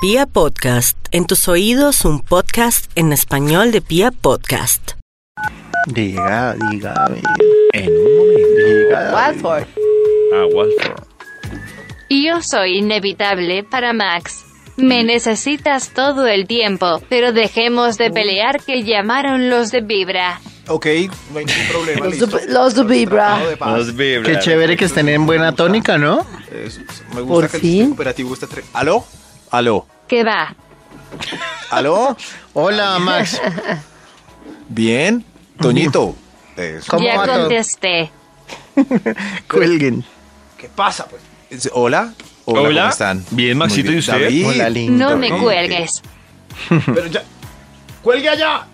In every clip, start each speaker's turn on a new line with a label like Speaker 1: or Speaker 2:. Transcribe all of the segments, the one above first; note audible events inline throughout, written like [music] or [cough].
Speaker 1: Pia Podcast, en tus oídos un podcast en español de Pia Podcast.
Speaker 2: Diga, diga, en un momento.
Speaker 3: Watford.
Speaker 4: Ah, Walford.
Speaker 5: Y Yo soy inevitable para Max. Me necesitas todo el tiempo, pero dejemos de pelear que llamaron los de Vibra.
Speaker 6: Ok, no hay ningún problema.
Speaker 3: Los
Speaker 6: listo.
Speaker 3: de, los de
Speaker 6: Tratado
Speaker 3: Vibra.
Speaker 6: de paz.
Speaker 4: Nos vibra.
Speaker 2: Qué chévere que estén en buena tónica, ¿no?
Speaker 6: Eso, eso. me gusta
Speaker 3: Por
Speaker 6: que
Speaker 3: fin.
Speaker 6: el cooperativo esté tre- ¿Aló? ¿Aló?
Speaker 5: ¿Qué va?
Speaker 3: [laughs]
Speaker 6: ¿Aló?
Speaker 2: Hola, Max.
Speaker 6: Bien. Toñito. Eso.
Speaker 2: ¿Cómo
Speaker 5: ya
Speaker 2: va todo?
Speaker 5: contesté.
Speaker 2: Cuelguen.
Speaker 6: ¿Qué pasa, pues? Es- Hola. Hola.
Speaker 4: Hola.
Speaker 6: ¿Cómo están?
Speaker 4: Bien,
Speaker 6: Muy
Speaker 4: Maxito, ¿y usted?
Speaker 6: David,
Speaker 2: Hola, lindo.
Speaker 5: No me
Speaker 6: no,
Speaker 5: cuelgues.
Speaker 6: Pero ya. ¡Cuelgue allá!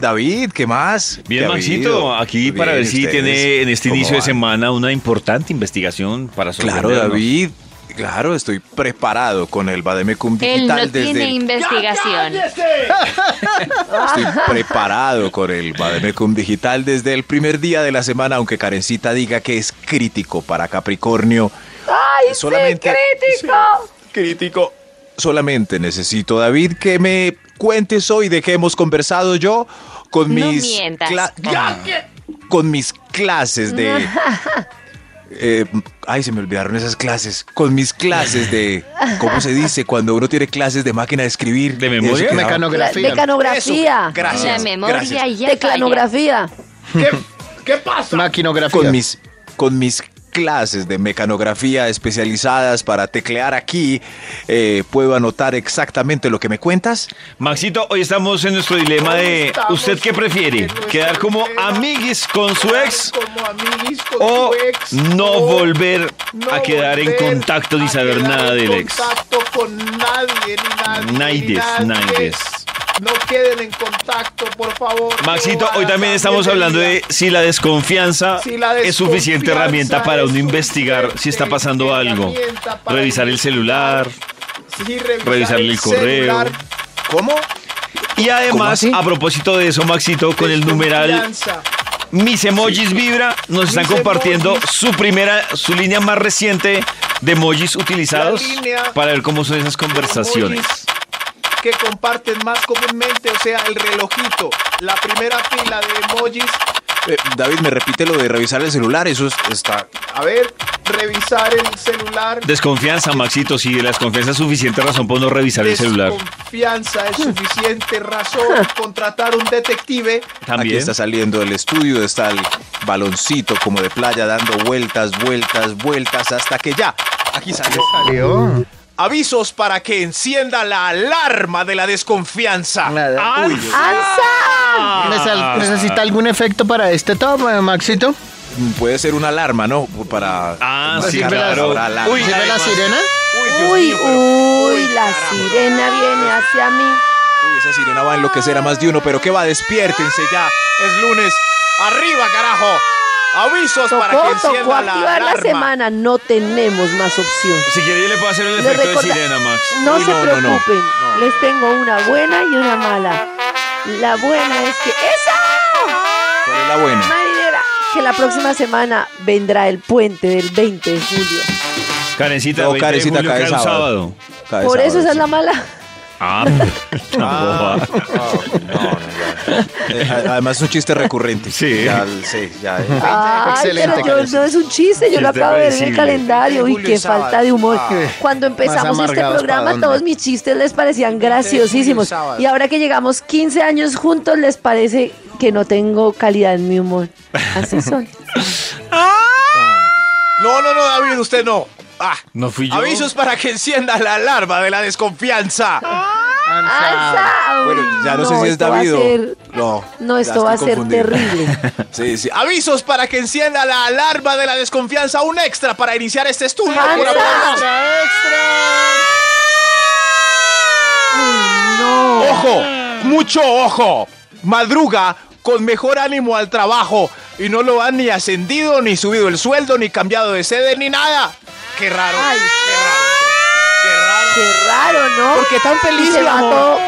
Speaker 6: David, ¿qué más? ¿Qué
Speaker 4: Bien,
Speaker 6: ha
Speaker 4: Maxito,
Speaker 6: habido?
Speaker 4: aquí
Speaker 6: Bien,
Speaker 4: para ver si
Speaker 6: ¿ustedes?
Speaker 4: tiene en este
Speaker 6: ¿Cómo
Speaker 4: inicio de
Speaker 6: van?
Speaker 4: semana una importante investigación para
Speaker 6: Claro,
Speaker 4: sorprendernos.
Speaker 6: David. Claro, estoy preparado con el Bademecum
Speaker 5: Él
Speaker 6: Digital
Speaker 5: no
Speaker 6: desde
Speaker 5: tiene
Speaker 6: el
Speaker 5: investigación.
Speaker 6: Estoy preparado con el Bademecum Digital desde el primer día de la semana, aunque Karencita diga que es crítico para Capricornio. ¡Ay, solamente, crítico! crítico. Solamente necesito, David, que me cuentes hoy de qué hemos conversado yo con
Speaker 5: No
Speaker 6: mis...
Speaker 5: mientas.
Speaker 6: cla- ¡Ya! Con mis clases de... eh, ay, se me olvidaron esas clases. Con mis clases de... ¿Cómo se dice? Cuando uno tiene clases de máquina de escribir.
Speaker 4: ¿De
Speaker 6: Eso
Speaker 4: memoria?
Speaker 6: quedaba-
Speaker 3: La-
Speaker 2: Mecanografía.
Speaker 3: Mecanografía.
Speaker 6: Gracias.
Speaker 5: La memoria
Speaker 6: gracias.
Speaker 5: ya falla.
Speaker 3: Mecanografía.
Speaker 2: Maquinografía.
Speaker 6: con mis, con mis clases de mecanografía especializadas para teclear aquí, eh, puedo anotar exactamente lo que me cuentas.
Speaker 4: Maxito, hoy estamos en nuestro dilema de ¿usted qué prefiere? ¿Quedar como amiguis con su ex o no volver a quedar en contacto ni saber nada del ex?
Speaker 7: con nadie, ni nadie. ni
Speaker 4: Naides,
Speaker 7: nadie.
Speaker 4: naides.
Speaker 7: No queden en contacto, por favor.
Speaker 4: Maxito,
Speaker 7: No
Speaker 4: hoy
Speaker 7: van a
Speaker 4: también
Speaker 7: ser
Speaker 4: estamos hablando de
Speaker 7: bienvenida.
Speaker 4: si la desconfianza
Speaker 7: Si la
Speaker 4: es suficiente
Speaker 7: desconfianza
Speaker 4: herramienta para
Speaker 7: es
Speaker 4: uno investigar si está
Speaker 7: suficiente
Speaker 4: pasando algo.
Speaker 7: herramienta para
Speaker 4: Revisar el celular,
Speaker 7: Sí,
Speaker 4: revisarle el correo.
Speaker 7: celular,
Speaker 6: ¿Cómo?
Speaker 4: Y además,
Speaker 6: así?
Speaker 4: a propósito de eso, Maxito, con el numeral
Speaker 7: desconfianza.
Speaker 4: Mis Emojis Vibra, nos están
Speaker 7: Mis
Speaker 4: compartiendo
Speaker 7: emojis.
Speaker 4: su primera, su línea más reciente de emojis utilizados
Speaker 7: La línea
Speaker 4: para ver cómo son esas conversaciones.
Speaker 7: emojis que comparten más comúnmente, o sea, el relojito, la primera fila de emojis.
Speaker 6: Eh, David, me repite lo de revisar el celular, eso es- está...
Speaker 7: A ver, revisar el celular.
Speaker 4: Desconfianza, Maxito, si la desconfianza es suficiente razón por no revisar el celular.
Speaker 7: Desconfianza es suficiente razón.
Speaker 3: [laughs]
Speaker 7: Contratar un detective.
Speaker 4: También.
Speaker 6: Aquí está saliendo del estudio, está el baloncito como de playa dando vueltas, vueltas, vueltas, hasta que ya, aquí salió.
Speaker 2: Salió.
Speaker 6: Avisos para que encienda la alarma de la desconfianza.
Speaker 2: Nada.
Speaker 6: Uy, Dios.
Speaker 4: Ah.
Speaker 2: ¿Me sal- ¿Necesita algún efecto para este top, eh, Maxito?
Speaker 6: Puede ser una alarma, ¿no? Para...
Speaker 4: Ah, sí,
Speaker 6: marcar
Speaker 4: claro.
Speaker 6: ahora la
Speaker 4: Uy,
Speaker 2: ¿Sirve la
Speaker 4: además-
Speaker 2: sirena?
Speaker 3: Uy, uy, la sirena viene hacia mí.
Speaker 6: Uy, esa sirena va a enloquecer a más de uno, pero que va, despiértense ya. Es lunes. Arriba, carajo. Avisos para que
Speaker 3: Tocó, tocó
Speaker 6: encienda la
Speaker 3: activar la
Speaker 6: alarma.
Speaker 3: semana. No tenemos más opción.
Speaker 4: Si quiere, yo le puedo hacer el
Speaker 3: Les
Speaker 4: efecto de
Speaker 3: recorda-
Speaker 4: sirena, Max.
Speaker 3: No
Speaker 6: Uy,
Speaker 3: se
Speaker 6: no, no,
Speaker 3: preocupen.
Speaker 6: no.
Speaker 3: Les tengo una buena y una mala. La buena es que esa
Speaker 6: ¿Cuál es la buena?
Speaker 3: marinera que la próxima semana vendrá el puente del 20 de julio.
Speaker 4: Karencita,
Speaker 6: No,
Speaker 4: 20 de
Speaker 6: Oh, Karencita,
Speaker 4: julio,
Speaker 6: cae
Speaker 4: cae un
Speaker 6: sábado.
Speaker 4: sábado.
Speaker 6: Cada
Speaker 3: Por
Speaker 6: sábado,
Speaker 3: eso esa es
Speaker 6: Ah, sí.
Speaker 3: la mala.
Speaker 6: [laughs]
Speaker 4: Ah,
Speaker 6: Ah,
Speaker 4: boba.
Speaker 6: no, no, ya. Eh, a- Además es un chiste recurrente.
Speaker 4: Sí.
Speaker 6: Ya, sí, ya. eh.
Speaker 3: Ay,
Speaker 2: Excelente,
Speaker 3: pero
Speaker 2: Karen.
Speaker 3: yo, no es un chiste, yo lo
Speaker 4: Chiste
Speaker 3: acabo de ver en el
Speaker 4: predecible.
Speaker 3: calendario. Uy,
Speaker 6: Julio
Speaker 3: qué
Speaker 6: es sábado.
Speaker 3: falta de humor.
Speaker 6: Ah.
Speaker 3: Cuando empezamos este
Speaker 2: amargados, ¿para
Speaker 3: programa,
Speaker 2: dónde?
Speaker 3: todos mis chistes les parecían graciosísimos.
Speaker 7: sábado.
Speaker 3: Y ahora que llegamos 15 años juntos, les parece que no tengo calidad en mi humor.
Speaker 6: [laughs]
Speaker 3: Así son.
Speaker 6: No, no, no, David, usted no. Ah,
Speaker 4: No fui yo.
Speaker 6: Avisos para que encienda la alarma de la desconfianza.
Speaker 3: ¡Alza! Uy,
Speaker 6: Ah, Bueno, ya no, sé si es
Speaker 3: esto va a
Speaker 6: David. o-
Speaker 3: ser-
Speaker 6: No,
Speaker 3: No,
Speaker 6: ya
Speaker 3: esto va a
Speaker 6: estoy
Speaker 3: ser
Speaker 6: confundido.
Speaker 3: terrible.
Speaker 6: [laughs] Sí, sí. Avisos para que encienda la alarma de la desconfianza. Un extra para iniciar este estudio.
Speaker 3: ¡Alza!
Speaker 6: Por favor.
Speaker 3: Uy, no.
Speaker 6: Ojo, mucho ojo. Madruga con mejor ánimo al trabajo y no lo han ni ascendido, ni subido el sueldo, ni cambiado de sede, ni nada. Qué raro.
Speaker 3: Ay.
Speaker 6: qué raro. Qué raro.
Speaker 3: Qué raro, ¿no?
Speaker 6: ¿Por qué tan feliz,
Speaker 3: Y se
Speaker 6: mi
Speaker 3: va
Speaker 6: amor?
Speaker 3: todo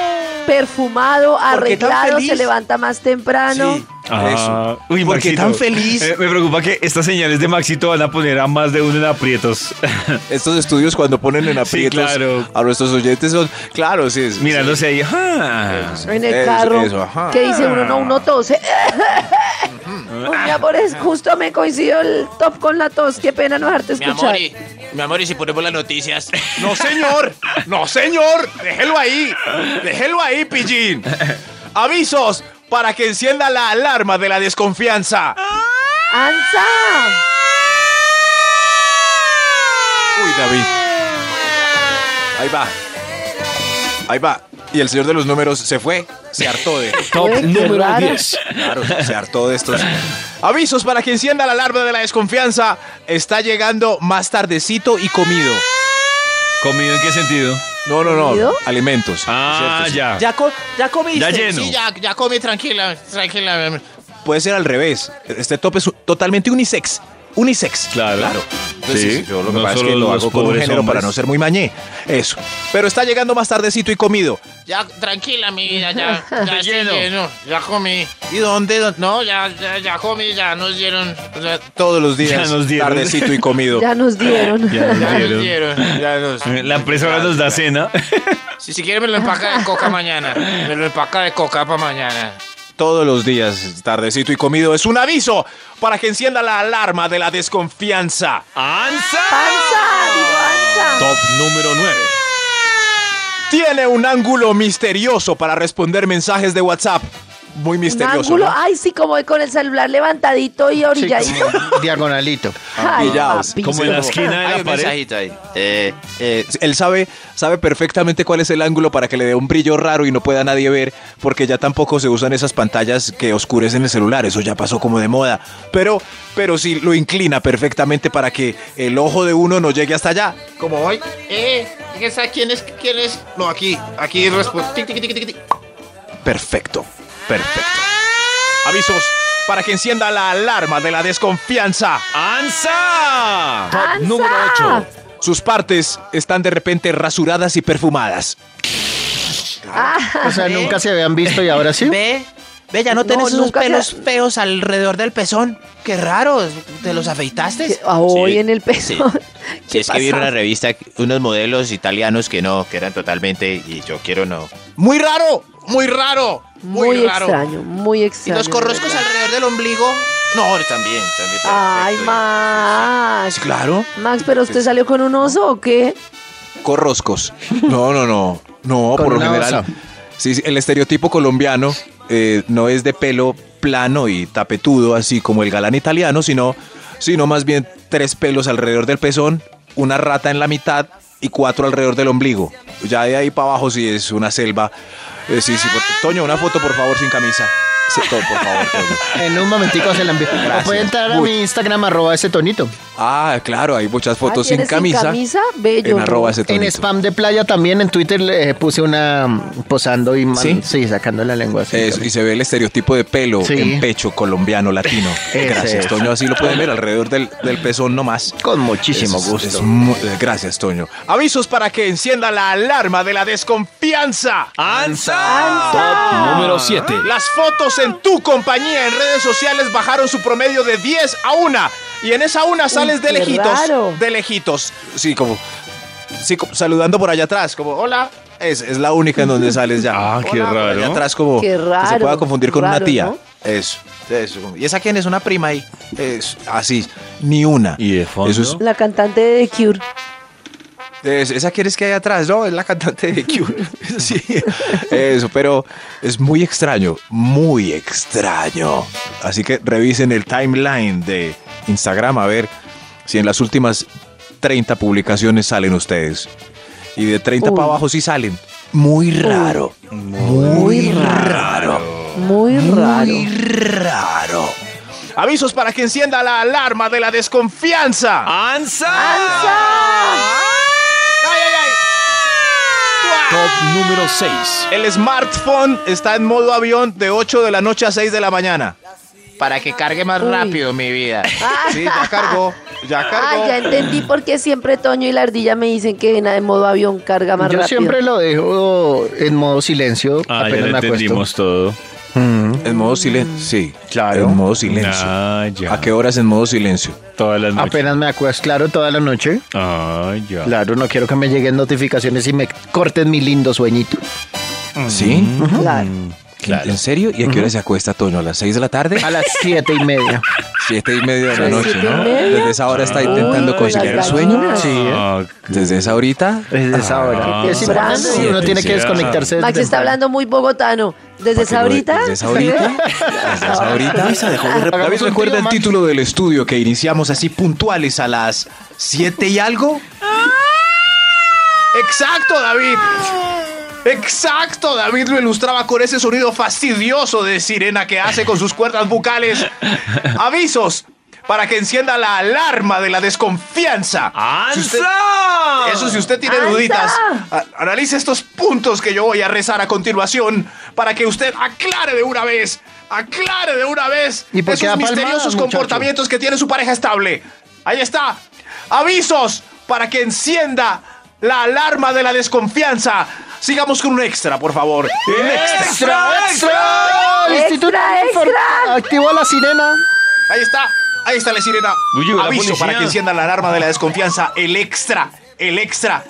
Speaker 3: perfumado,
Speaker 6: ¿Por qué tan
Speaker 3: arreglado,
Speaker 6: feliz?
Speaker 3: se levanta más temprano.
Speaker 6: Sí.
Speaker 4: Ah,
Speaker 6: Eso. ¿Por qué
Speaker 4: Maxito,
Speaker 6: tan feliz?
Speaker 4: eh, me preocupa que estas señales de Maxito van a poner a más de uno en aprietos. [laughs]
Speaker 6: Estos estudios cuando ponen en
Speaker 4: Sí,
Speaker 6: aprietos
Speaker 4: claro.
Speaker 6: a nuestros oyentes son, claro, sí, es,
Speaker 4: Mirándose ahí. ah. ajá.
Speaker 3: En el
Speaker 6: Eso,
Speaker 3: carro.
Speaker 6: eso, ajá.
Speaker 3: que dice uno, no, uno
Speaker 6: [laughs]
Speaker 3: tose. Oh, mi amor, es justo me coincidió el top con la tos. Qué pena no dejarte
Speaker 8: Mi amor,
Speaker 3: escuchar.
Speaker 8: y, mi amor, y si ponemos las noticias. [laughs]
Speaker 7: No, señor. No, señor. Déjelo ahí. Déjelo ahí, pillín. Avisos para que encienda la alarma de la desconfianza.
Speaker 3: ¡Ansa!
Speaker 6: Uy, David. Ahí va. Ahí va. Y el señor de los números se fue, se hartó de.
Speaker 3: Top número 10.
Speaker 6: Claro, se hartó de estos.
Speaker 7: Avisos para que encienda la alarma de la desconfianza. Está llegando más tardecito y comido.
Speaker 4: ¿Comido en qué sentido?
Speaker 6: No, no, no.
Speaker 3: ¿Comido?
Speaker 6: Alimentos.
Speaker 4: Ah,
Speaker 6: ¿cierto?
Speaker 4: ya.
Speaker 8: ¿Ya, co- ya comiste?
Speaker 4: Ya lleno.
Speaker 8: Sí, ya, ya comí, tranquila, tranquila.
Speaker 6: Puede ser al revés. Este top es totalmente unisex. Unisex.
Speaker 4: Claro.
Speaker 6: Entonces,
Speaker 4: Sí.
Speaker 6: sí, yo lo que
Speaker 4: No
Speaker 6: pasa es que
Speaker 4: solo
Speaker 6: lo
Speaker 4: los
Speaker 6: hago con un
Speaker 4: pobres
Speaker 6: género
Speaker 4: hombres.
Speaker 6: para no ser muy mañé. Eso. Pero está llegando más tardecito y comido.
Speaker 8: Ya, tranquila, mi vida,
Speaker 3: [laughs]
Speaker 8: ya, ya estoy
Speaker 4: lleno.
Speaker 8: lleno. ya comí.
Speaker 6: ¿Y dónde?
Speaker 8: No, ya, ya, ya comí, ya nos dieron, o sea,
Speaker 6: Todos los días.
Speaker 4: Ya nos dieron. [laughs]
Speaker 6: Tardecito y comido.
Speaker 3: Ya nos dieron.
Speaker 4: Ya nos
Speaker 8: ya
Speaker 4: dieron.
Speaker 6: [laughs]
Speaker 8: nos dieron, ya nos...
Speaker 4: La empresa ahora nos da cena.
Speaker 8: Si, si quiere me lo empaca de coca mañana, me lo empaca de coca para mañana.
Speaker 6: Todos los días. Tardecito y comido. Es un aviso para que encienda la alarma de la desconfianza.
Speaker 4: [laughs]
Speaker 3: ¡Ansa! Digo, ansa.
Speaker 9: Top número 9.
Speaker 6: Tiene un ángulo misterioso para responder mensajes de WhatsApp. Muy
Speaker 3: Un
Speaker 6: misterioso.
Speaker 3: ángulo.
Speaker 6: ¿no?
Speaker 3: Ay, sí, como voy con el celular levantadito y
Speaker 2: Sí,
Speaker 3: orilladito.
Speaker 2: como diagonalito.
Speaker 3: Ay,
Speaker 6: pillados,
Speaker 3: papi.
Speaker 4: Como en la esquina de la pared.
Speaker 8: ahí.
Speaker 6: Eh, él sabe, sabe perfectamente cuál es el ángulo para que le dé un brillo raro y no pueda nadie ver, porque ya tampoco se usan esas pantallas que oscurecen el celular, eso ya pasó como de moda. Pero, pero sí lo inclina perfectamente para que el ojo de uno no llegue hasta allá.
Speaker 8: Como hoy. Eh, ¿esa quién es? ¿Quién es? No, aquí, aquí responde. Tic, tic, tic, tic, tic.
Speaker 6: Perfecto, perfecto.
Speaker 7: Avisos para que encienda la alarma de la desconfianza.
Speaker 4: ¡Ansa!
Speaker 9: Top número 8.
Speaker 6: Sus partes están de repente rasuradas y perfumadas.
Speaker 3: Ah,
Speaker 2: O sea, nunca se habían visto y ahora sí.
Speaker 8: Ve, ve, ya no,
Speaker 3: No,
Speaker 8: tenés esos
Speaker 3: nunca se-
Speaker 8: pelos feos alrededor del pezón. Qué raro, ¿te los afeitaste?
Speaker 3: Que- ah, Hoy
Speaker 8: Sí,
Speaker 3: en el peso.
Speaker 8: sí. Si
Speaker 7: [laughs]
Speaker 8: es que vi en una revista unos modelos italianos que no, que eran totalmente, y yo quiero no.
Speaker 7: Muy raro. Muy raro.
Speaker 3: Muy,
Speaker 7: Muy, raro.
Speaker 3: extraño, muy
Speaker 8: Y
Speaker 3: extraño.
Speaker 8: los corroscos
Speaker 3: de verdad.
Speaker 8: alrededor del ombligo. No, también, también.
Speaker 3: Ay,
Speaker 8: perfecto.
Speaker 3: Max.
Speaker 6: Claro,
Speaker 3: Max, ¿pero usted salió con un oso o qué?
Speaker 6: corroscos. No, no, no. No,
Speaker 2: Con
Speaker 6: por lo
Speaker 2: una osa.
Speaker 6: general. Sí, sí, el estereotipo colombiano eh, no es de pelo plano y tapetudo, así como el galán italiano, sino, sino más bien tres pelos alrededor del pezón, una rata en la mitad y cuatro alrededor del ombligo. Ya de ahí para abajo sí es una selva. Eh, sí, sí. por- Toño, una foto, por favor, sin camisa. Sí, to- por favor, Toño.
Speaker 2: En un momentico se la envío.
Speaker 6: Gracias.
Speaker 2: Puede entrar a
Speaker 6: Uy.
Speaker 2: mi Instagram, arroba ese tonito.
Speaker 6: Ah, claro, hay muchas fotos
Speaker 3: Ah,
Speaker 6: sin
Speaker 3: ¿tienes sin
Speaker 6: camisa.
Speaker 3: camisa? Bello.
Speaker 6: En arroba ese
Speaker 2: En
Speaker 6: tonito.
Speaker 2: spam de playa también, en Twitter le eh, puse una mm, posando y man-
Speaker 6: ¿Sí?
Speaker 2: sacando la lengua. así.
Speaker 6: Eso, y se ve el estereotipo de pelo
Speaker 2: Sí.
Speaker 6: en pecho colombiano latino.
Speaker 2: [laughs] Ese
Speaker 6: Gracias,
Speaker 2: es.
Speaker 6: Toño. Así lo pueden ver alrededor del, del pezón nomás.
Speaker 2: Con muchísimo
Speaker 6: Es-
Speaker 2: gusto.
Speaker 6: es mu- eh, gracias, Toño.
Speaker 7: Avisos para que encienda la alarma de la desconfianza.
Speaker 9: Top número 7.
Speaker 7: Las fotos en tu compañía en redes sociales bajaron su promedio de 10 a 1. Y en esa una sales de
Speaker 3: qué
Speaker 7: lejitos.
Speaker 3: raro.
Speaker 7: De lejitos.
Speaker 6: Sí, como. Sí, como saludando por allá atrás, como hola. Es, es la única en
Speaker 3: [laughs]
Speaker 6: donde sales ya.
Speaker 4: Ah, qué
Speaker 6: Hola, por
Speaker 4: raro.
Speaker 6: Allá atrás, como.
Speaker 3: Qué
Speaker 6: Que se
Speaker 3: raro,
Speaker 6: pueda confundir con una
Speaker 3: raro,
Speaker 6: tía.
Speaker 3: ¿no?
Speaker 6: Eso, eso. ¿Y esa quién es? Una prima ahí. Eso, así, ni una.
Speaker 4: Y de fondo.
Speaker 6: Eso
Speaker 3: La cantante de The Cure.
Speaker 6: Es- esa quieres que hay atrás, ¿no? Es la cantante de Cure. [laughs] Sí. Eso, pero es muy extraño, muy extraño. Así que revisen el timeline de Instagram a ver si en las últimas 30 publicaciones salen ustedes. Y de 30
Speaker 3: Uy.
Speaker 6: para abajo sí salen. Muy raro. Muy, raro.
Speaker 3: Muy raro.
Speaker 6: Muy raro.
Speaker 7: Avisos para que encienda la alarma de la desconfianza.
Speaker 3: ¡Ansa!
Speaker 7: ¡Ay, ay, ay!
Speaker 9: Top número 6.
Speaker 7: El smartphone está en modo avión de 8 de la noche a 6 de la mañana.
Speaker 8: Para que cargue más
Speaker 3: Uy.
Speaker 8: rápido mi vida.
Speaker 7: Sí, ya cargó. Ya
Speaker 3: Ah, ya
Speaker 7: cargó.
Speaker 3: entendí por qué siempre Toño y la ardilla me dicen que en en modo avión carga más
Speaker 2: Yo
Speaker 3: rápido.
Speaker 2: siempre lo dejo en modo silencio.
Speaker 4: Ah, ya
Speaker 2: apenas
Speaker 4: lo
Speaker 2: me acuesto.
Speaker 4: entendimos todo.
Speaker 2: Mm,
Speaker 6: En modo silencio. Sí.
Speaker 4: Claro.
Speaker 6: En modo silencio.
Speaker 4: Ah, ya.
Speaker 6: ¿A qué horas en modo silencio?
Speaker 4: Todas las noches.
Speaker 2: Apenas me acuerdas, claro, toda la noche.
Speaker 4: Ah, ya.
Speaker 2: Claro, no quiero que me lleguen notificaciones y me corten mi lindo sueñito.
Speaker 7: Mm,
Speaker 6: ¿Sí?
Speaker 3: Claro.
Speaker 6: Mm. ¿En serio? ¿Y a qué hora se acuesta Toño? ¿A las 6 de la tarde?
Speaker 2: A las siete y media.
Speaker 6: Siete y media de la
Speaker 3: ¿Seis,
Speaker 6: noche,
Speaker 3: siete y
Speaker 6: ¿no?
Speaker 3: media?
Speaker 6: Desde esa hora
Speaker 7: Ah.
Speaker 6: está
Speaker 3: Uy,
Speaker 6: intentando
Speaker 3: las
Speaker 6: conciliar el sueño. ¿eh?
Speaker 3: gallinas. Sí,
Speaker 7: ¿eh?
Speaker 4: Ah,
Speaker 6: Desde esa horita.
Speaker 2: Es de esa
Speaker 6: Ah,
Speaker 2: hora.
Speaker 3: qué
Speaker 2: Es temprano,
Speaker 3: temprano.
Speaker 2: uno tiene que
Speaker 4: Siete,
Speaker 2: desconectarse.
Speaker 3: Max
Speaker 2: desde
Speaker 3: está
Speaker 2: temprano.
Speaker 3: hablando muy bogotano. ¿Desde esa horita?
Speaker 6: Desde esa horita. Desde esa horita.
Speaker 2: Hagamos
Speaker 6: David,
Speaker 2: un
Speaker 6: ¿recuerda
Speaker 2: trío,
Speaker 6: el
Speaker 2: Max.
Speaker 6: título del estudio que iniciamos así puntuales a las 7 y algo?
Speaker 7: Exacto, David. Exacto, David lo ilustraba con ese sonido fastidioso de sirena que hace con sus cuerdas bucales. Avisos para que encienda la alarma de la desconfianza. Si usted- eso si usted tiene
Speaker 3: ¡Alza!
Speaker 7: duditas, a- analice estos puntos que yo voy a rezar a continuación para que usted aclare de una vez, aclare de una vez
Speaker 2: ¿Y por qué
Speaker 7: esos
Speaker 2: da palmadas,
Speaker 7: misteriosos
Speaker 2: muchacho?
Speaker 7: comportamientos que tiene su pareja estable. Ahí está. Avisos para que encienda la alarma de la desconfianza. Sigamos con un extra, por favor. Un extra, extra.
Speaker 2: ¡El Instituto
Speaker 3: ¡Extra,
Speaker 2: Infor-
Speaker 3: extra!
Speaker 2: Activó la sirena.
Speaker 7: Ahí está, ahí está la sirena.
Speaker 4: Uy, llegó la
Speaker 7: Aviso
Speaker 4: policía.
Speaker 7: para que encienda la alarma de la desconfianza. El extra, el extra.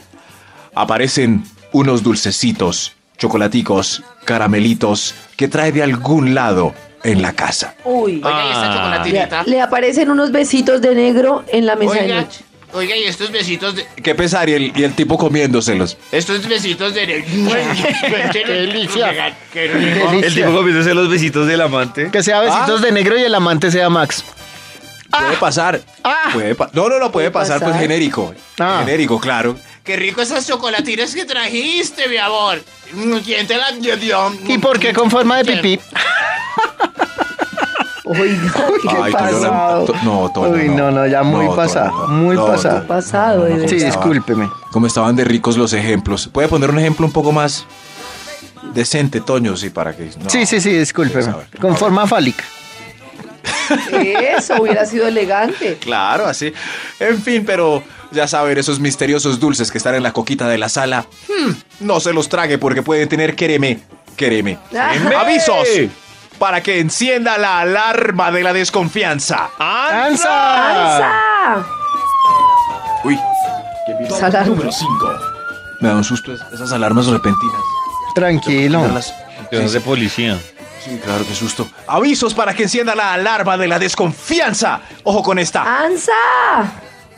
Speaker 6: Aparecen unos dulcecitos, chocolaticos, caramelitos que trae de algún lado en la casa.
Speaker 3: Uy.
Speaker 10: Oiga, y
Speaker 4: Ah.
Speaker 10: esta chocolatinita.
Speaker 3: Le aparecen unos besitos de negro en la mesa de
Speaker 10: Oiga,
Speaker 3: noche.
Speaker 10: oiga, y estos besitos de,
Speaker 6: Qué pesar y el, y el tipo comiéndoselos.
Speaker 10: estos besitos de
Speaker 6: [laughs]
Speaker 10: Qué delicia. Qué rico.
Speaker 4: El
Speaker 2: Delicia.
Speaker 4: tipo comiéndose los besitos del amante.
Speaker 2: Que
Speaker 6: Ah.
Speaker 2: sea besitos de negro y el amante sea Max.
Speaker 6: Puede pasar.
Speaker 10: Ah.
Speaker 6: Puede pa- no, no, no, puede
Speaker 3: Puede
Speaker 6: pasar, pues
Speaker 3: pasar.
Speaker 6: genérico.
Speaker 2: Ah.
Speaker 6: Genérico, claro.
Speaker 10: Qué rico esas chocolatinas que trajiste, mi amor. Mm, ¿Quién te las dio? dio?
Speaker 2: ¿Y por qué con forma de [laughs] pipí?
Speaker 3: Oiga,
Speaker 6: [laughs]
Speaker 3: qué
Speaker 6: Ay, Toño, la-
Speaker 3: pasado.
Speaker 6: to- no, Toño,
Speaker 2: Uy, no, no, ya muy
Speaker 6: Toño,
Speaker 2: pasado, muy
Speaker 6: Toño.
Speaker 2: pasado.
Speaker 3: Pasado,
Speaker 6: No, no,
Speaker 3: bebé.
Speaker 2: Sí,
Speaker 6: ¿cómo estaba?
Speaker 2: discúlpeme.
Speaker 6: Cómo estaban de ricos los ejemplos. ¿Puede poner un ejemplo un poco más decente, Toño? Sí, para que... no.
Speaker 2: Sí, sí, sí, discúlpeme.
Speaker 6: A ver, a
Speaker 2: Con
Speaker 6: ver.
Speaker 2: forma fálica.
Speaker 3: Eso hubiera sido elegante.
Speaker 6: Claro, así. En fin, pero ya saben, esos misteriosos dulces que están en la coquita de la sala, hmm, no se los trague porque pueden tener quereme, quereme.
Speaker 2: Ah.
Speaker 7: Avisos para que encienda la alarma de la desconfianza.
Speaker 2: ¡Ansa!
Speaker 3: ¡Alza!
Speaker 6: Uy,
Speaker 3: Esa alarma.
Speaker 6: me da un susto es- esas alarmas repentinas.
Speaker 2: Tranquilo.
Speaker 6: Las-
Speaker 4: Yo no sé policía.
Speaker 6: Sí, claro, qué susto.
Speaker 7: Avisos para que encienda la alarma de la desconfianza. Ojo con
Speaker 3: Ah.
Speaker 7: esta.
Speaker 3: ¡Ansa!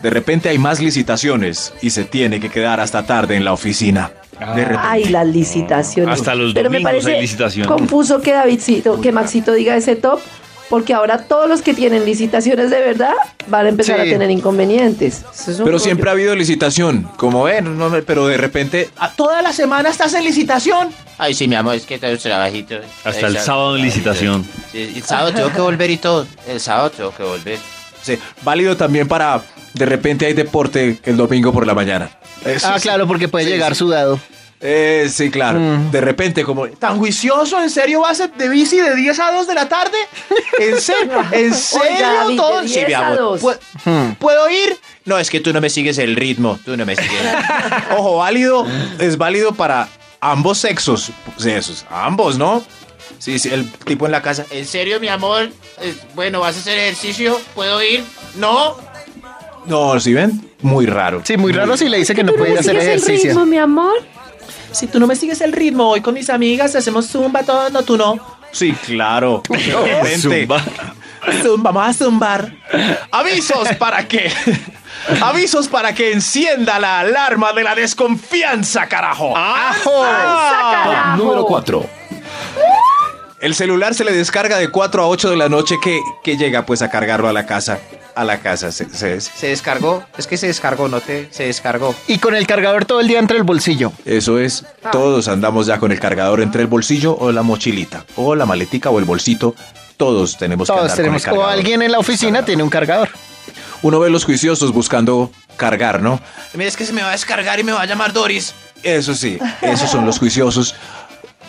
Speaker 6: De repente hay más licitaciones y se tiene que quedar hasta tarde en la oficina.
Speaker 2: Ah.
Speaker 6: De repente.
Speaker 3: Ay, las licitaciones.
Speaker 4: Hasta los
Speaker 3: Pero me
Speaker 4: domingos
Speaker 3: parece
Speaker 4: hay licitación.
Speaker 3: confuso que Davidcito, que Maxito diga ese top, porque ahora todos los que tienen licitaciones de verdad van a empezar
Speaker 2: Sí.
Speaker 3: a tener inconvenientes. Eso es un
Speaker 6: Pero
Speaker 3: rollo.
Speaker 6: siempre ha habido licitación, como ven, no, no, pero de repente ah,
Speaker 7: Toda la semana estás en licitación.
Speaker 8: Ay, sí, mi amor, es que tengo trabajito.
Speaker 4: Hasta el sábado en licitación.
Speaker 8: Sí, el sábado tengo que volver y todo. El sábado tengo que volver.
Speaker 6: sí, válido también para de repente hay deporte el domingo por la mañana. Eso
Speaker 2: Ah,
Speaker 6: sí.
Speaker 2: claro, porque puede llegar sudado.
Speaker 6: Eh, sí, claro. De repente, como
Speaker 7: ¿Tan juicioso? ¿En serio vas de bici de 10 a 2 de la tarde? ¿En [laughs] serio? ¿En serio
Speaker 3: David, de
Speaker 7: todo?
Speaker 3: 10 a
Speaker 7: amor.
Speaker 3: 2.
Speaker 6: Pues,
Speaker 7: ¿Puedo, puedo ir?
Speaker 8: No, es que tú no me sigues el ritmo. Tú no me sigues.
Speaker 6: Ojo, válido, es válido para ambos sexos. Sexos, ambos, ¿no? Sí, sí, el tipo en la casa.
Speaker 10: [laughs] ¿En serio, mi amor? Eh, Bueno, ¿vas a hacer ejercicio? ¿Puedo ir? No.
Speaker 6: No, ¿sí ven? Muy raro.
Speaker 2: Sí, muy raro si le dice que no
Speaker 3: Tú no
Speaker 2: puede ir
Speaker 3: me
Speaker 2: a hacer
Speaker 3: sigues el
Speaker 2: ejercicio.
Speaker 3: ritmo, mi amor.
Speaker 7: Si tú no me sigues el ritmo, hoy con mis amigas hacemos zumba todo, no tú no.
Speaker 6: Sí, claro. De repente.
Speaker 4: Pues, Zumba.
Speaker 7: Zumba, vamos a zumbar. Avisos para que.
Speaker 6: [laughs]
Speaker 7: Avisos para que encienda la alarma de la desconfianza, carajo.
Speaker 3: ¡Carajo!
Speaker 9: Número 4.
Speaker 6: El celular se le descarga de 4 a 8 de la noche que, que llega pues a cargarlo a la casa. A la casa. Se, se-
Speaker 8: Se descargó. Es que se descargó, no te. Se descargó.
Speaker 2: Y con el cargador todo el día entre el bolsillo.
Speaker 6: eso es.
Speaker 2: Ah.
Speaker 6: Todos andamos ya con el cargador entre el bolsillo o la mochilita. O la maletica o el bolsito. Todos tenemos que
Speaker 2: Todos
Speaker 6: andar con el
Speaker 2: tenemos. O
Speaker 6: cargador.
Speaker 2: alguien en la oficina tiene un cargador.
Speaker 6: Uno ve los juiciosos buscando cargar, ¿no?
Speaker 8: Mira, es que se me va a descargar y me va a llamar Doris.
Speaker 6: Eso sí, esos son los juiciosos.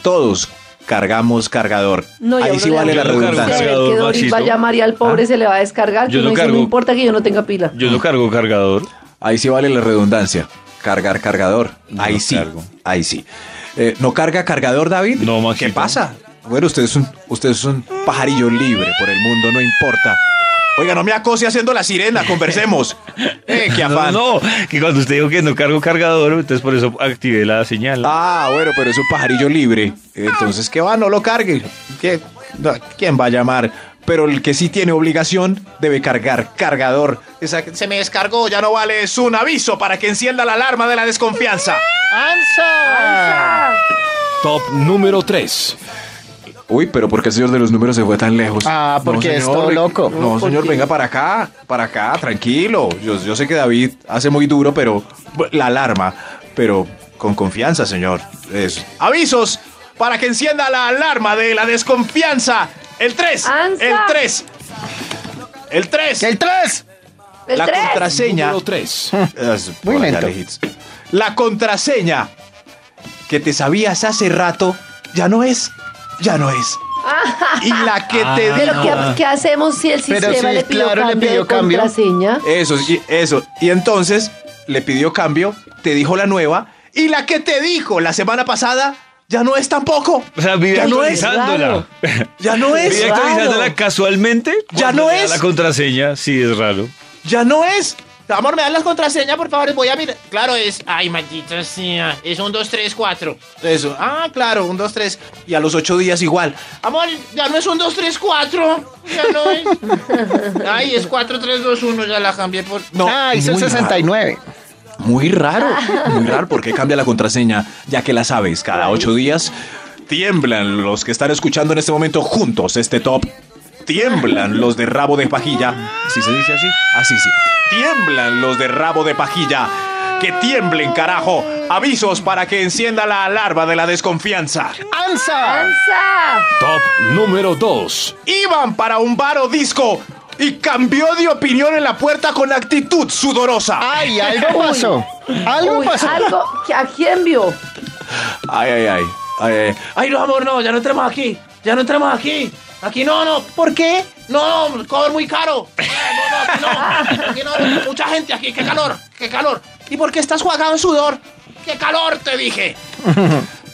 Speaker 6: Todos cargamos cargador.
Speaker 3: No, y a
Speaker 6: Ahí
Speaker 3: uno
Speaker 6: sí
Speaker 3: le da
Speaker 6: vale la
Speaker 4: miedo cargar un
Speaker 3: Saber
Speaker 6: redundancia.
Speaker 4: cargador.
Speaker 3: que Doris
Speaker 4: Maxito.
Speaker 3: va a llamar y al pobre se le va a descargar.
Speaker 4: Yo
Speaker 3: que
Speaker 4: no
Speaker 3: uno dice,
Speaker 4: cargo.
Speaker 3: no importa que yo no tenga pila.
Speaker 4: Yo no cargo cargador.
Speaker 6: Ahí sí vale la redundancia. Cargar cargador.
Speaker 4: No
Speaker 6: Ahí sí.
Speaker 4: cargo.
Speaker 6: Ahí sí. Eh, ¿No carga cargador, David?
Speaker 4: No, Maxito.
Speaker 6: ¿Qué pasa? Bueno, usted es, un, usted es un pajarillo libre por el mundo, no importa.
Speaker 7: Oiga, no me acose haciendo la sirena,
Speaker 4: [laughs]
Speaker 7: conversemos. Eh, qué
Speaker 4: No,
Speaker 7: afán.
Speaker 4: no, que cuando usted dijo que no cargo cargador, entonces por eso activé la señal.
Speaker 6: Ah, bueno, pero es un pajarillo libre. Entonces, ¿qué va? No lo cargue. ¿Qué? No, ¿Quién va a llamar? Pero el que sí tiene obligación debe cargar cargador.
Speaker 7: Esa- Se me descargó, ya no vale. Es un aviso para que encienda la alarma de la desconfianza.
Speaker 2: ¡Ansa!
Speaker 9: Top número 3.
Speaker 6: Uy, pero ¿por qué el señor de los números se fue tan lejos?
Speaker 2: Ah, porque es todo loco.
Speaker 6: No, señor, venga para acá, para acá, tranquilo. Yo, yo sé que David hace muy duro, pero la alarma. Pero con confianza, señor. Es,
Speaker 7: Avisos para que encienda la alarma de la desconfianza. El 3.
Speaker 3: ¡Ansa!
Speaker 7: El 3. El 3.
Speaker 2: ¡El 3!
Speaker 3: El
Speaker 6: la
Speaker 3: 3.
Speaker 6: contraseña.
Speaker 9: Número 3.
Speaker 6: Es
Speaker 2: Muy
Speaker 6: por allá
Speaker 2: lento.
Speaker 6: lejitos. La contraseña que te sabías hace rato ya no es, ya no es.
Speaker 7: Y la que te
Speaker 4: Ah.
Speaker 7: di-
Speaker 3: Pero ¿qué, qué hacemos si el
Speaker 2: Pero
Speaker 3: sistema
Speaker 2: sí,
Speaker 3: le pidió
Speaker 2: claro, le
Speaker 3: cambio
Speaker 2: pidió
Speaker 3: de
Speaker 2: cambio. Eh.
Speaker 3: contraseña?
Speaker 6: Eso, y eso. Y entonces le pidió cambio, te dijo la nueva.
Speaker 7: y la que te dijo la semana pasada ya no es tampoco.
Speaker 4: O sea, vive
Speaker 7: ya no es.
Speaker 4: actualizándola.
Speaker 3: [laughs]
Speaker 7: Ya no es.
Speaker 4: [laughs] Vive actualizándola casualmente.
Speaker 7: Ya
Speaker 4: cuando
Speaker 7: no
Speaker 4: le da
Speaker 7: es.
Speaker 4: La contraseña, sí, es raro.
Speaker 7: Ya no es.
Speaker 10: Amor, ¿me das las contraseñas, por favor? Voy a mirar. Claro, es... Ay, maldita sea. Es un 2, 3, 4.
Speaker 7: Eso. Ah, claro, un, dos, tres. Y a los ocho días igual.
Speaker 10: Amor, ya no es un 2, 3, 4. Ya no es. Ay, es 4, 3, 2, 1. Ya la cambié por...
Speaker 6: No,
Speaker 2: ah, hice el
Speaker 6: muy raro,
Speaker 2: 69.
Speaker 6: muy raro, muy raro, porque cambia la contraseña, ya que la sabes cada ocho días. Tiemblan los que están escuchando en este momento juntos este top. Tiemblan los de rabo de pajilla. ¿Sí se dice así? Así sí.
Speaker 7: Tiemblan los de rabo de pajilla. Que tiemblen, carajo. Avisos para que encienda la alarma de la desconfianza.
Speaker 2: ¡Ansa!
Speaker 3: ¡Ansa!
Speaker 9: Top número 2.
Speaker 7: Iban para un bar o disco y cambió de opinión en la puerta con actitud sudorosa.
Speaker 2: ¡Ay, algo pasó! ¡Algo
Speaker 3: Uy,
Speaker 2: pasó!
Speaker 3: algo. ¿A quién vio?
Speaker 6: Ay, ay, ay. Ay, ay.
Speaker 10: Ay, no, amor, no. Ya no entramos aquí. Ya no entramos aquí. Aquí no, no. ¿Por qué? No, no. Cobro muy caro. Ay, No, no, aquí no. Aquí no. Mucha gente aquí. Qué calor. Qué calor. ¿Y por qué estás jugando en sudor? Qué calor, te dije.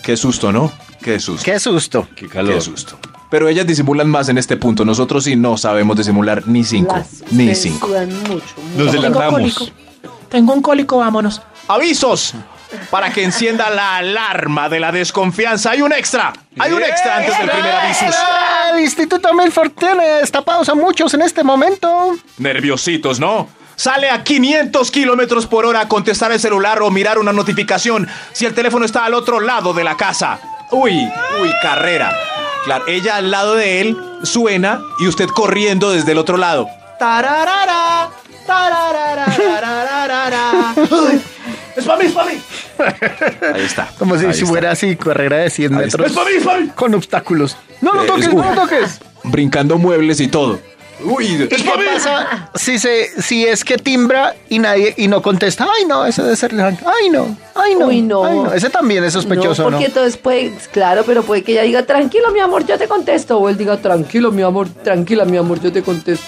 Speaker 6: Qué susto, ¿no? Qué susto.
Speaker 2: ¡Qué susto!
Speaker 4: Qué calor.
Speaker 6: Qué susto. Pero ellas disimulan más en este punto. Nosotros sí no sabemos disimular ni cinco.
Speaker 3: Las-
Speaker 6: ni
Speaker 3: ustedes
Speaker 6: cinco.
Speaker 3: sudan mucho, mucho.
Speaker 4: Nos
Speaker 10: cólico.
Speaker 4: delatamos.
Speaker 10: Tengo un cólico, vámonos.
Speaker 7: Avisos para que encienda la alarma de la desconfianza. Hay un extra. Hay un extra antes del primer aviso.
Speaker 2: Ah, El Instituto Milford tiene destapados a muchos en este momento.
Speaker 7: Nerviositos, ¿no? Sale a 500 kilómetros por hora a contestar el celular o mirar una notificación si el teléfono está al otro lado de la casa.
Speaker 6: Uy, uy, carrera. Claro, ella al lado de él suena y usted corriendo desde el otro lado.
Speaker 10: Tararara,
Speaker 2: [laughs]
Speaker 10: tararararararara. Ay, Es para mí, es para mí.
Speaker 6: Ahí está.
Speaker 2: Como si,
Speaker 6: ahí
Speaker 2: si
Speaker 6: está.
Speaker 2: fuera así, carrera de 100
Speaker 6: Ahí está.
Speaker 2: metros.
Speaker 10: Es para mí, es para mí.
Speaker 2: Con obstáculos. ¡No lo
Speaker 6: Eh,
Speaker 2: toques,
Speaker 6: es-
Speaker 2: no lo toques!
Speaker 6: Brincando muebles y todo. Uy,
Speaker 2: ¿Y qué pasa si, se, si es que timbra y nadie y no contesta? ¡Ay, no! Ese debe ser Alejandro. ¡Ay, no! ¡Ay, no!
Speaker 3: Uy, no.
Speaker 2: ay, Ese también es sospechoso,
Speaker 3: no,
Speaker 2: ¿no?
Speaker 3: porque entonces puede, claro, pero puede que ella diga, tranquilo, mi amor, yo te contesto. O él diga, tranquilo, mi amor, tranquila, mi amor, yo te contesto.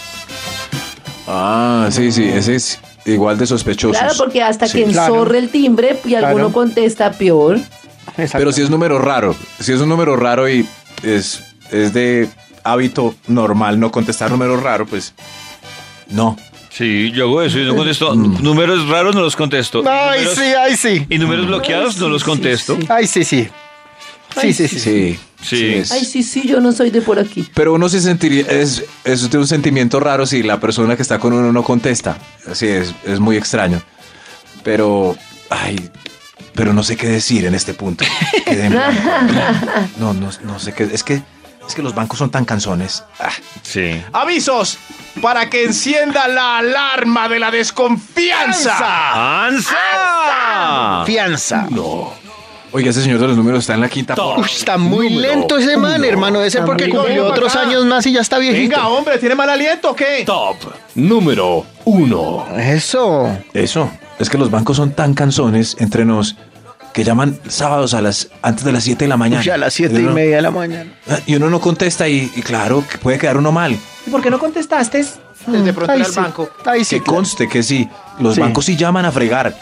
Speaker 6: Ah, sí, sí, ese es igual de sospechoso.
Speaker 3: Claro, porque hasta
Speaker 6: Sí.
Speaker 3: que
Speaker 2: Claro.
Speaker 3: enzorre el timbre y
Speaker 2: Claro.
Speaker 3: alguno contesta peor.
Speaker 2: Exacto.
Speaker 6: Pero si es número raro, si es un número raro y es, es de hábito normal no contestar número raro, pues no.
Speaker 4: Sí, yo hago eso y no contesto.
Speaker 7: Mm.
Speaker 4: Números raros no los contesto.
Speaker 2: ¡Ay,
Speaker 4: Números-
Speaker 2: sí, ay, sí!
Speaker 4: Y números bloqueados no los contesto.
Speaker 2: ¡Ay, sí, sí! Sí, sí, sí.
Speaker 6: Sí,
Speaker 4: Sí.
Speaker 6: es.
Speaker 3: Ay, sí, sí, yo no soy de por aquí.
Speaker 6: Pero uno se sentiría, es, es de un sentimiento raro si la persona que está con uno no contesta. Así es, es muy extraño. Pero, ay, pero no sé qué decir en este punto. Quedé en blanco. No, no, no sé qué. Es que, es que los bancos son tan canzones. Ah,
Speaker 4: Sí.
Speaker 7: Avisos para que encienda la alarma de la desconfianza.
Speaker 4: ¡Ansa!
Speaker 2: Fianza.
Speaker 6: no. Oiga, ese señor de los números está en la quinta.
Speaker 2: Uy, está muy lento ese man, hermano. Debe ser
Speaker 3: Está
Speaker 2: porque
Speaker 3: muy
Speaker 2: cumplió
Speaker 7: lento.
Speaker 2: otros años más y ya está viejito.
Speaker 7: Venga, hombre, ¿tiene mal aliento o qué?
Speaker 9: Top número 1.
Speaker 2: Eso.
Speaker 6: Eso. Es que los bancos son tan canzones entre nos que llaman sábados a las antes de las 7 de la mañana.
Speaker 2: Uy, a las siete
Speaker 6: Y
Speaker 2: y
Speaker 6: uno- Ah,
Speaker 2: media de la mañana.
Speaker 6: Y uno no contesta y, y claro, que puede quedar uno mal.
Speaker 10: ¿Y por qué no contestaste? Desde pronto
Speaker 2: Ay,
Speaker 10: era al
Speaker 2: Mm, sí.
Speaker 10: banco.
Speaker 2: Ay, sí.
Speaker 6: Que conste que sí, los
Speaker 2: Sí. Oh.
Speaker 6: bancos sí llaman a fregar.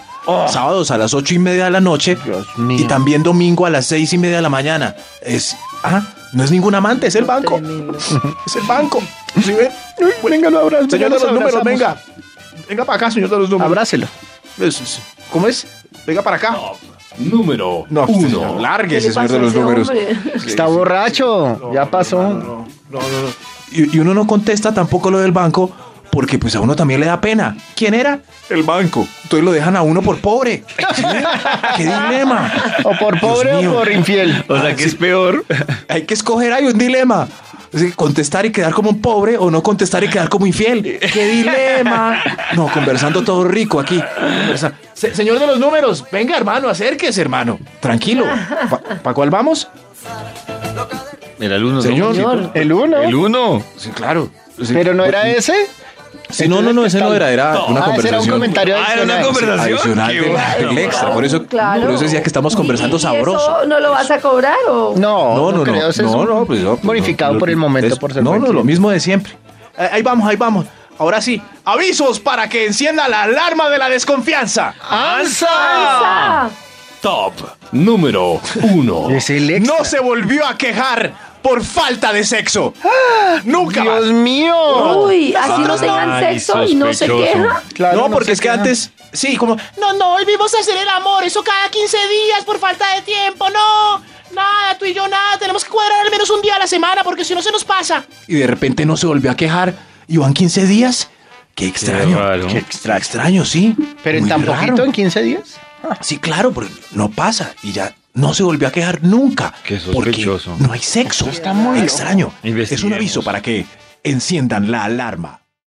Speaker 6: Sábados a las ocho y media de la noche
Speaker 2: Dios mío.
Speaker 6: y también domingo a las seis y media de la mañana. Es, ah,
Speaker 7: No es ningún amante, es el banco.
Speaker 3: Tremendo.
Speaker 7: Es el banco. ¿Sí ven? Venga, lo abrazo. Señor de los
Speaker 2: Lo
Speaker 7: números,
Speaker 2: abrazamos.
Speaker 7: venga. Venga para acá, señor de los números.
Speaker 2: Abrácelo.
Speaker 7: Es- es- ¿Cómo es? Venga para acá.
Speaker 9: número
Speaker 7: No, señor,
Speaker 9: uno.
Speaker 7: lárguese,
Speaker 3: ¿Qué le
Speaker 7: señor
Speaker 3: pasa
Speaker 7: de
Speaker 3: a
Speaker 7: los
Speaker 3: ese
Speaker 7: números.
Speaker 3: hombre?
Speaker 7: Sí,
Speaker 2: Está
Speaker 7: sí.
Speaker 2: borracho. ya pasó.
Speaker 7: No, no, no, no. Y, y uno no contesta tampoco lo del banco porque pues a uno también le da pena. ¿Quién era? El banco. Entonces lo dejan a uno por [laughs] pobre. Sí, ¡Qué dilema!
Speaker 2: O por
Speaker 7: Dios
Speaker 2: pobre
Speaker 7: mío.
Speaker 2: o por
Speaker 7: [laughs]
Speaker 2: infiel.
Speaker 4: O sea, que es peor.
Speaker 7: Ah, Hay que escoger, hay un dilema. Sí, Contestar y quedar como un pobre o no contestar y quedar como infiel. ¡Qué dilema! No, conversando todo rico aquí. Conversa- Se- señor de los números, venga hermano, acérquese hermano. Tranquilo. ¿Para cuál vamos?
Speaker 4: El alumno.
Speaker 7: Señor.
Speaker 2: El uno.
Speaker 4: El uno.
Speaker 7: Sí, claro. Sí.
Speaker 2: Pero no era ese.
Speaker 7: Sí, no, no, no, ese no era, era una
Speaker 2: ah, ese era un
Speaker 7: conversación.
Speaker 2: comentario
Speaker 4: Ah, era una
Speaker 2: adicional.
Speaker 4: conversación.
Speaker 7: adicional
Speaker 4: Qué
Speaker 7: del-
Speaker 4: bueno.
Speaker 7: del extra. Por eso,
Speaker 3: Claro.
Speaker 7: por eso decía que estamos conversando
Speaker 3: ¿Y- y
Speaker 7: sabroso.
Speaker 3: eso no lo vas a cobrar o
Speaker 2: No,
Speaker 7: No, no, no.
Speaker 2: creo, ese es
Speaker 7: No,
Speaker 2: un-
Speaker 7: no, pues, no, pues,
Speaker 2: Bonificado
Speaker 7: no,
Speaker 2: por el
Speaker 7: no,
Speaker 2: momento,
Speaker 7: es-
Speaker 2: por ser
Speaker 7: No, no,
Speaker 2: buen
Speaker 7: lo
Speaker 2: cliente.
Speaker 7: mismo de siempre. Eh, Ahí vamos, ahí vamos. Ahora sí, avisos para que encienda la alarma de la desconfianza.
Speaker 2: ¡Ansa!
Speaker 3: Ah,
Speaker 9: Top número uno.
Speaker 2: [laughs] Es el extra.
Speaker 7: No se volvió a quejar por falta de sexo. Nunca. más.
Speaker 2: Ah, Dios mío.
Speaker 3: uy así no tengan
Speaker 4: Ay,
Speaker 3: sexo y no se
Speaker 4: sospechoso.
Speaker 3: queja
Speaker 2: Claro,
Speaker 7: no, porque
Speaker 2: se
Speaker 7: es que
Speaker 2: queja.
Speaker 7: antes, sí, como,
Speaker 10: No, no, volvimos a hacer el amor. Eso cada 15 días por falta de tiempo. No, nada, tú y yo nada. Tenemos que cuadrar al menos un día a la semana porque si no se nos pasa.
Speaker 7: y de repente no se volvió a quejar y van 15 días. Qué extraño.
Speaker 4: raro.
Speaker 7: Qué extra extraño, sí.
Speaker 2: Pero en
Speaker 7: Muy
Speaker 2: tan
Speaker 7: raro.
Speaker 2: poquito, en 15 días.
Speaker 7: Sí, claro, porque no pasa y ya no se volvió a quejar nunca.
Speaker 4: Qué
Speaker 7: porque
Speaker 4: sospechoso.
Speaker 7: No hay sexo. Está muy extraño. Es un
Speaker 4: Investiguemos.
Speaker 7: aviso para que enciendan la alarma